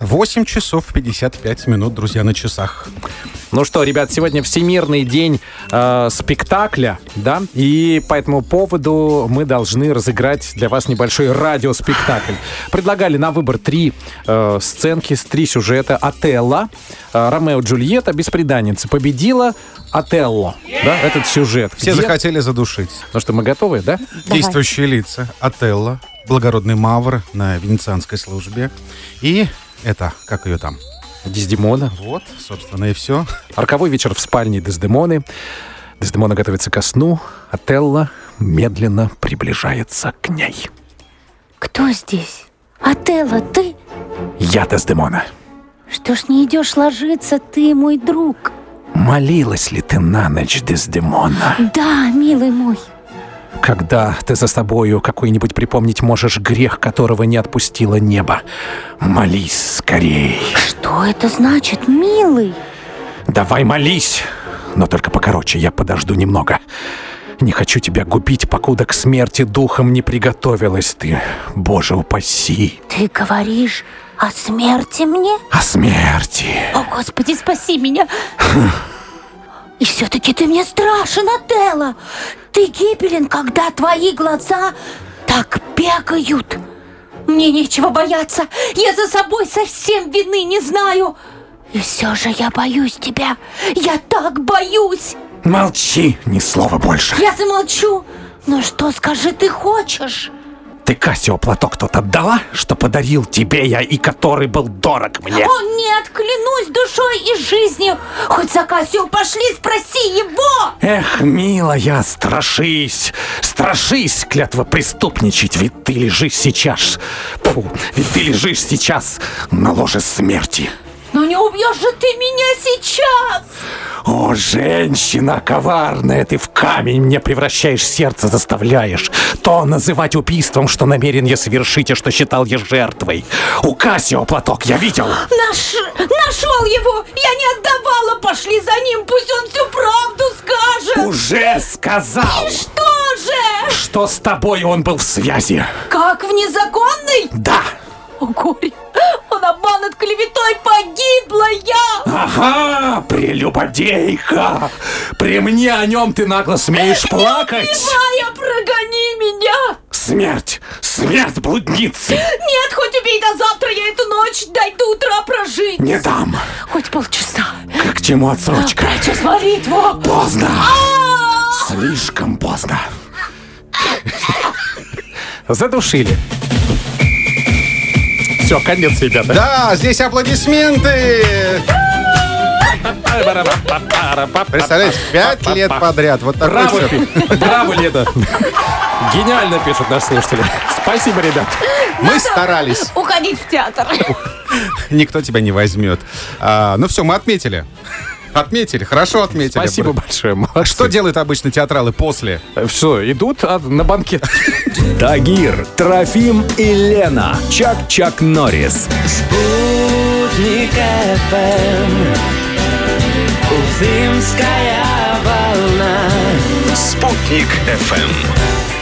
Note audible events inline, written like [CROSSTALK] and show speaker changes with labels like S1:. S1: 8 часов 55 минут, друзья, на часах.
S2: Ну что, ребят, сегодня Всемирный день э, спектакля, да, и по этому поводу мы должны разыграть для вас небольшой радиоспектакль. Предлагали на выбор три э, сценки, с три сюжета. Отелло, э, Ромео и Джульетта, Беспреданница. Победила Отелло, да, этот сюжет.
S1: Все
S2: Где-
S1: захотели задушить.
S2: Ну что, мы готовы, да?
S3: Давай.
S1: Действующие лица. Отелло, благородный Мавр на венецианской службе. И это, как ее там?
S2: Дездемона.
S1: Вот, собственно, и все.
S2: Арковой вечер в спальне Дездемоны. Дездемона готовится ко сну. Отелло медленно приближается к ней.
S3: Кто здесь? Отелло, ты?
S2: Я Дездемона.
S3: Что ж не идешь ложиться, ты мой друг?
S2: Молилась ли ты на ночь, Дездемона?
S3: Да, милый мой.
S2: Когда ты за собою какой-нибудь припомнить можешь грех, которого не отпустило небо, молись скорей.
S3: Что это значит, милый?
S2: Давай молись, но только покороче, я подожду немного. Не хочу тебя губить, покуда к смерти духом не приготовилась ты. Боже упаси,
S3: Ты говоришь о смерти мне?
S2: о смерти.
S3: О, Господи, спаси меня! И все-таки ты мне страшен, Отелло! Ты гибелен, когда твои глаза так бегают. Мне нечего бояться. Я за собой совсем вины не знаю. И все же я боюсь тебя. Я так боюсь.
S2: Молчи, ни слова больше.
S3: Я замолчу. Но что, скажи, ты хочешь?
S2: Ты Кассио платок тот отдала, что подарил тебе я и который был дорог мне?
S3: Он не отклянусь душой и жизнью. Хоть за Кассио пошли, спроси его.
S2: Эх, милая, страшись, страшись, клятва преступничать, ведь ты лежишь сейчас, Фу, ведь ты лежишь сейчас на ложе смерти.
S3: Ну не убьешь же ты меня сейчас!
S2: О, женщина коварная, ты в камень мне превращаешь сердце, заставляешь. То называть убийством, что намерен я совершить и что считал я жертвой. У Кассио платок я видел.
S3: Наш... Нашел его! Я не отдавала! Пошли за ним, пусть он всю правду скажет!
S2: Уже сказал,
S3: Что же?
S2: что с тобой он был в связи.
S3: Как в незаконной?
S2: Да.
S3: О, горе! Он обманут клеветой, погибла я!
S2: Ага, прелюбодейка. При мне о нем ты нагло смеешь плакать.
S3: Убивая, прогони меня!
S2: Смерть, смерть блудницы.
S3: Нет, хоть убей до завтра, я эту ночь дойду утра прожить!
S2: Не дам.
S3: Хоть полчаса.
S2: К чему отсрочка?
S3: Прячусь молитву!
S2: Поздно.
S3: А!
S2: Слишком поздно. Задушили. Все, конец, ребята.
S1: Да, здесь аплодисменты! Представляете, пять лет подряд. Вот такой
S2: Браво,
S1: сюр-
S2: Пи- браво, Лето. Гениально пишут наши слушатели. Спасибо, ребят.
S1: Мы старались.
S3: Уходить в театр.
S1: Никто тебя не возьмет. А, ну все, мы отметили. Отметили, хорошо отметили.
S2: Спасибо большое. Молодцы.
S1: Что делают обычно театралы после?
S2: Все, идут а, на банкет.
S4: [LAUGHS] Тагир, Трофим и Лена. Чак-Чак Норрис.
S5: Спутник эм. ФМ Уфимская волна
S4: эм. Спутник FM.